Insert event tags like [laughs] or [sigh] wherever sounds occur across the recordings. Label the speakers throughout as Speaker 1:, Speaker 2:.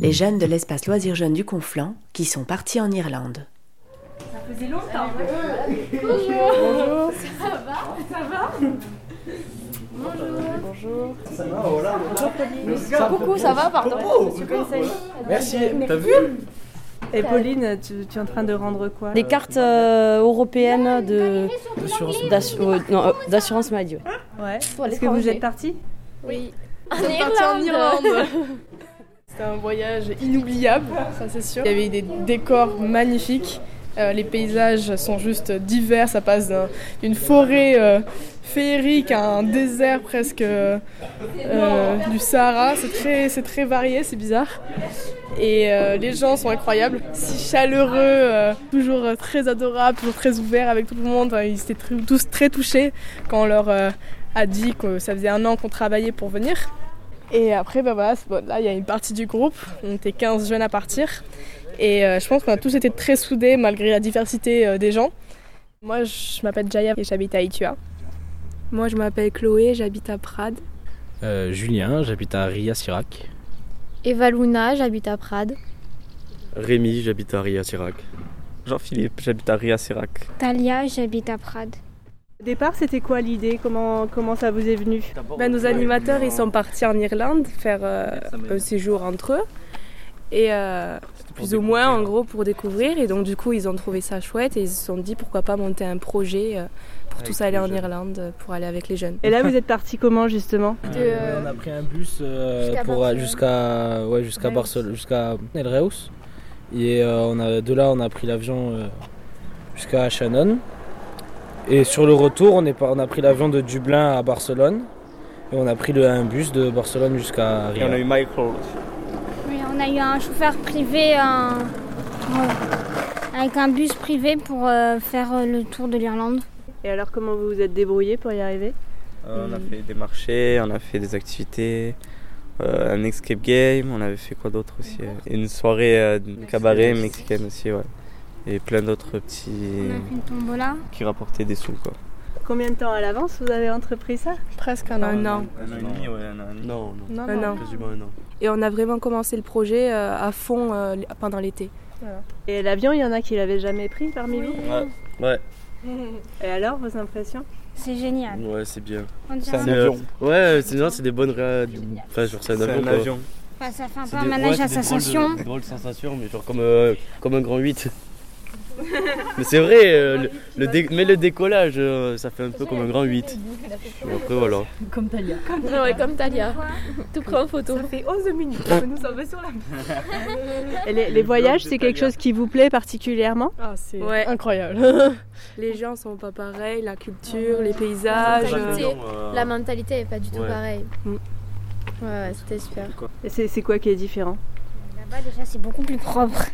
Speaker 1: les jeunes de l'espace Loisirs Jeunes du Conflent qui sont partis en Irlande.
Speaker 2: Ça faisait longtemps.
Speaker 3: Bonjour. Bonjour.
Speaker 2: Ça va Ça va Bonjour.
Speaker 3: Bonjour.
Speaker 4: Ça va, voilà.
Speaker 3: Bonjour, Pauline. Coucou, ça va, pardon.
Speaker 4: Coucou. Merci, t'as vu
Speaker 5: Et Pauline, tu, tu, es en train de rendre quoi
Speaker 6: Des cartes euh, européennes de
Speaker 5: d'assurance
Speaker 6: maladie.
Speaker 5: Ouais. Est-ce que vous êtes partie
Speaker 3: Oui.
Speaker 2: En Irlande. En Irlande.
Speaker 3: [laughs] C'était un voyage inoubliable, ça c'est sûr. Il y avait des décors magnifiques. Euh, les paysages sont juste divers, ça passe d'une un, forêt euh, féerique à un désert presque euh, du Sahara. C'est très, c'est très varié, c'est bizarre. Et euh, les gens sont incroyables, si chaleureux, euh, toujours très adorables, toujours très ouverts avec tout le monde. Enfin, ils étaient très, tous très touchés quand on leur euh, a dit que ça faisait un an qu'on travaillait pour venir. Et après, bah voilà, bon, là, il y a une partie du groupe. On était 15 jeunes à partir. Et euh, je pense qu'on a tous été très soudés malgré la diversité euh, des gens. Moi, je m'appelle Jaya et j'habite à Itua.
Speaker 7: Moi, je m'appelle Chloé, j'habite à Prades.
Speaker 8: Euh, Julien, j'habite à Ria-Sirac.
Speaker 9: Eva Luna, j'habite à Prades.
Speaker 10: Rémi, j'habite à Ria-Sirac. Jean-Philippe, j'habite à Ria-Sirac.
Speaker 11: Talia, j'habite à Prades.
Speaker 5: Au départ, c'était quoi l'idée comment, comment ça vous est venu
Speaker 12: ben, Nos animateurs, ils sont partis en Irlande faire euh, un séjour entre eux. Et euh, plus ou moins, en gros, pour découvrir. Et donc, du coup, ils ont trouvé ça chouette et ils se sont dit pourquoi pas monter un projet euh, pour avec tous aller en jeunes. Irlande, euh, pour aller avec les jeunes.
Speaker 5: Et là, vous êtes partis comment, justement
Speaker 8: de... Euh, On a pris un bus jusqu'à jusqu'à ouais, jusqu Barcelone, jusqu'à El Reus. Et euh, on a, de là, on a pris l'avion euh, jusqu'à Shannon. Et sur le retour, on, est, on a pris l'avion de Dublin à Barcelone. Et on a pris le, un bus de Barcelone jusqu'à Rio.
Speaker 10: Et on a eu Michael aussi.
Speaker 11: Oui, on a eu un chauffeur privé, un, avec un bus privé pour euh, faire le tour de l'Irlande.
Speaker 5: Et alors, comment vous vous êtes débrouillé pour y arriver
Speaker 10: euh, On a fait des marchés, on a fait des activités. Euh, un escape game, on avait fait quoi d'autre aussi euh, Une soirée euh, de cabaret mexicaine aussi, ouais et plein d'autres petits qui rapportaient des sous quoi.
Speaker 5: Combien de temps à l'avance vous avez entrepris ça
Speaker 3: Presque un an.
Speaker 5: Un an.
Speaker 10: Un an et demi, ouais, un an. Non, non.
Speaker 3: non, non.
Speaker 10: Quasiment un an.
Speaker 12: Et on a vraiment commencé le projet euh, à fond pendant l'été.
Speaker 5: Voilà. Et l'avion, il y en a qui l'avaient jamais pris parmi
Speaker 10: oui.
Speaker 5: vous
Speaker 10: Ouais.
Speaker 5: ouais. et alors, vos impressions
Speaker 11: C'est génial.
Speaker 10: Ouais, c'est bien.
Speaker 4: C'est un avion.
Speaker 10: Ouais, c'est bien, c'est des bonnes. Enfin, genre, c'est un avion.
Speaker 4: Un avion.
Speaker 11: Enfin, ça fait un peu un manège à sensation.
Speaker 10: Drôle, drôle sensation, euh, mais genre comme, euh, comme un grand 8. [laughs] mais c'est vrai, euh, le, le dé mais le décollage, euh, ça fait un peu comme un grand 8. Après, voilà.
Speaker 2: Comme Talia.
Speaker 3: Comme Talia.
Speaker 2: Ouais, comme Talia. Tout prend en photo.
Speaker 5: Ça fait 11 minutes que nous sommes sur la Et les, les voyages, c'est quelque chose qui vous plaît particulièrement
Speaker 12: ah, C'est
Speaker 3: ouais. incroyable.
Speaker 12: [laughs] les gens sont pas pareils, la culture, les
Speaker 3: Ah,
Speaker 12: paysages.
Speaker 13: La mentalité, euh... la mentalité est pas du tout ouais. pareille. Mm. Ouais, c'était super.
Speaker 5: Et c'est quoi qui est différent
Speaker 11: Là-bas, déjà, c'est beaucoup plus propre.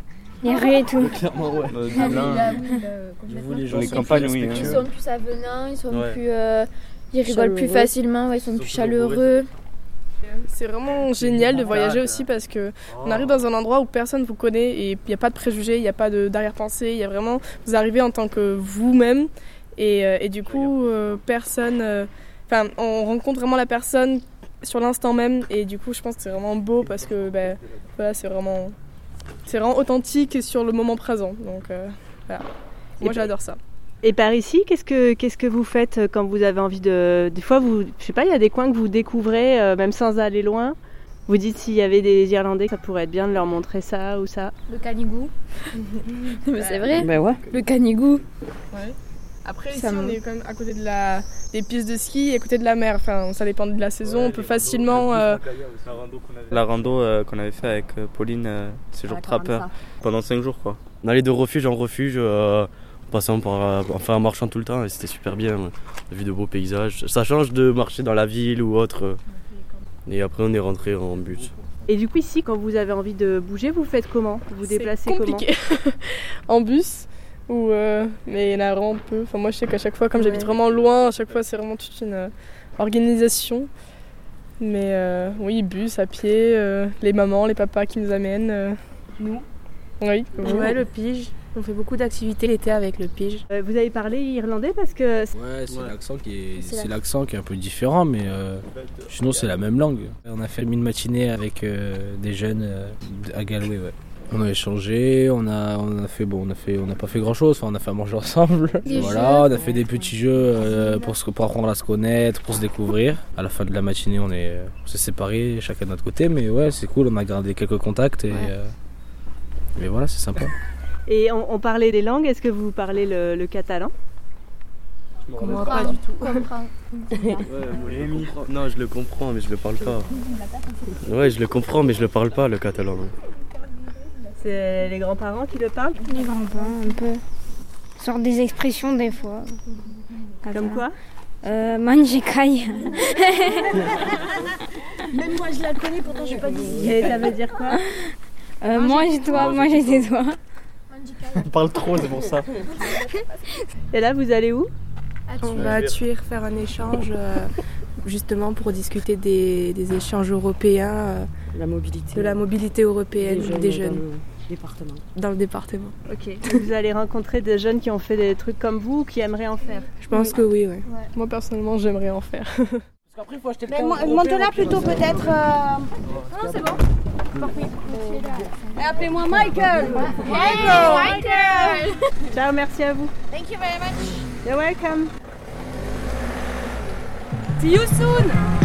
Speaker 11: Les rues et tout.
Speaker 10: Clairement, ouais.
Speaker 13: Euh, ah, là, oui, là,
Speaker 3: euh,
Speaker 13: complètement.
Speaker 10: les, gens les campagnes, oui.
Speaker 13: Ils sont plus avenants, ils sont ouais. plus. Euh, ils rigolent chaleureux. plus facilement, ouais, ils sont, ils sont plus, plus chaleureux.
Speaker 3: C'est
Speaker 12: euh.
Speaker 3: vraiment génial de voyager aussi parce que on arrive dans un endroit où personne vous connaît et il n'y a pas de préjugés, il n'y a pas d'arrière-pensée, il y a vraiment vous arrivez en tant que vous-même et, et, du coup euh, personne, enfin on rencontre vraiment la personne sur l'instant même et du coup je pense que c'est vraiment beau parce que ben voilà c'est vraiment c'est vraiment authentique et sur le moment présent. Donc euh, voilà. Moi j'adore ça.
Speaker 5: Et par ici, qu'est-ce que qu'est-ce que vous faites euh, quand vous avez envie de des fois vous je sais pas, il y a des coins que vous découvrez euh, même sans aller loin. Vous dites s'il y avait des Irlandais, ça pourrait être bien de leur montrer ça ou ça.
Speaker 13: Le canigou. Mais c'est vrai.
Speaker 5: Bah ouais.
Speaker 13: Le canigou.
Speaker 3: Ouais. Après ici on est quand même à côté de la des pistes de ski et à côté de la mer. Enfin ça dépend de la saison. Ouais, on peut facilement rando, euh...
Speaker 10: la rando euh, qu'on avait... Qu avait fait avec Pauline euh, ce jour trappeur pendant 5 jours quoi. On allait de refuge en refuge. Euh, en passant par, euh, enfin en marchant tout le temps et c'était super bien ouais. on a vu de beaux paysages ça change de marcher dans la ville ou autre et après on est rentré en bus
Speaker 5: et du coup ici quand vous avez envie de bouger vous faites comment vous vous déplacez
Speaker 3: compliqué. [laughs] comment en bus ou euh, mais il y en a vraiment peu. Enfin, moi, je sais qu'à chaque fois, comme ouais. j'habite vraiment loin, à chaque fois, c'est vraiment toute une euh, organisation. Mais euh, oui, bus, à euh, pied, les mamans, les papas qui nous amènent.
Speaker 5: Nous
Speaker 3: euh. Oui.
Speaker 12: Ouais, le pige.
Speaker 3: On fait beaucoup d'activités l'été avec le pige.
Speaker 5: Euh, Vous avez parlé irlandais parce que.
Speaker 8: Ouais, c'est l'accent qui est,
Speaker 5: C'est
Speaker 8: c'est
Speaker 5: la-
Speaker 8: l'accent qui est un peu différent, mais euh, sinon c'est la même langue. On a fait une matinée avec euh, des jeunes euh, à Galway, ouais. On a échangé, on a, on a fait bon, on a fait, on n'a pas fait grand chose. on a fait à manger ensemble.
Speaker 13: [laughs] Des
Speaker 8: voilà,
Speaker 13: jeux,
Speaker 8: on a fait des petits jeux euh, pour se, pour apprendre à se connaître, pour se découvrir. À la fin de la matinée, on est, on s'est séparés, chacun de notre côté, mais ouais, c'est cool. On a gardé quelques contacts et, euh, mais voilà, c'est sympa.
Speaker 5: Et on, on parlait des langues. Est-ce que vous parlez le, le catalan
Speaker 3: Moi, pas du tout.
Speaker 10: Non, je le comprends, mais je le parle pas. Ouais, je le comprends, mais je le parle pas, le catalan.
Speaker 5: C'est les grands-parents qui le parlent
Speaker 11: Les grands-parents, un peu. Sur des expressions, des fois. Comme
Speaker 5: quoi
Speaker 11: euh, Manjikai.
Speaker 6: Même moi, je la connais, pourtant, j'ai pas dit.
Speaker 5: Et ça veut dire quoi
Speaker 11: Euh, Mange-toi, mangez des doigts.
Speaker 14: On parle trop, c'est pour ça.
Speaker 5: Et là, vous allez où
Speaker 3: On va à Tuir faire un échange euh, justement pour discuter des, des échanges européens, euh, de la mobilité européenne des jeunes,
Speaker 5: département.
Speaker 3: dans le département.
Speaker 5: Ok. Donc vous allez rencontrer des jeunes qui ont fait des trucs comme vous ou qui aimeraient en faire
Speaker 3: Je pense que oui, ouais. Moi personnellement, j'aimerais en faire.
Speaker 6: Mais mon- monte-la plutôt, peut-être. euh, Non, c'est bon. Et Appelez-moi Michael.
Speaker 5: Michael. Ciao, merci à vous.
Speaker 6: Thank you very much.
Speaker 5: You're welcome.
Speaker 6: See you soon.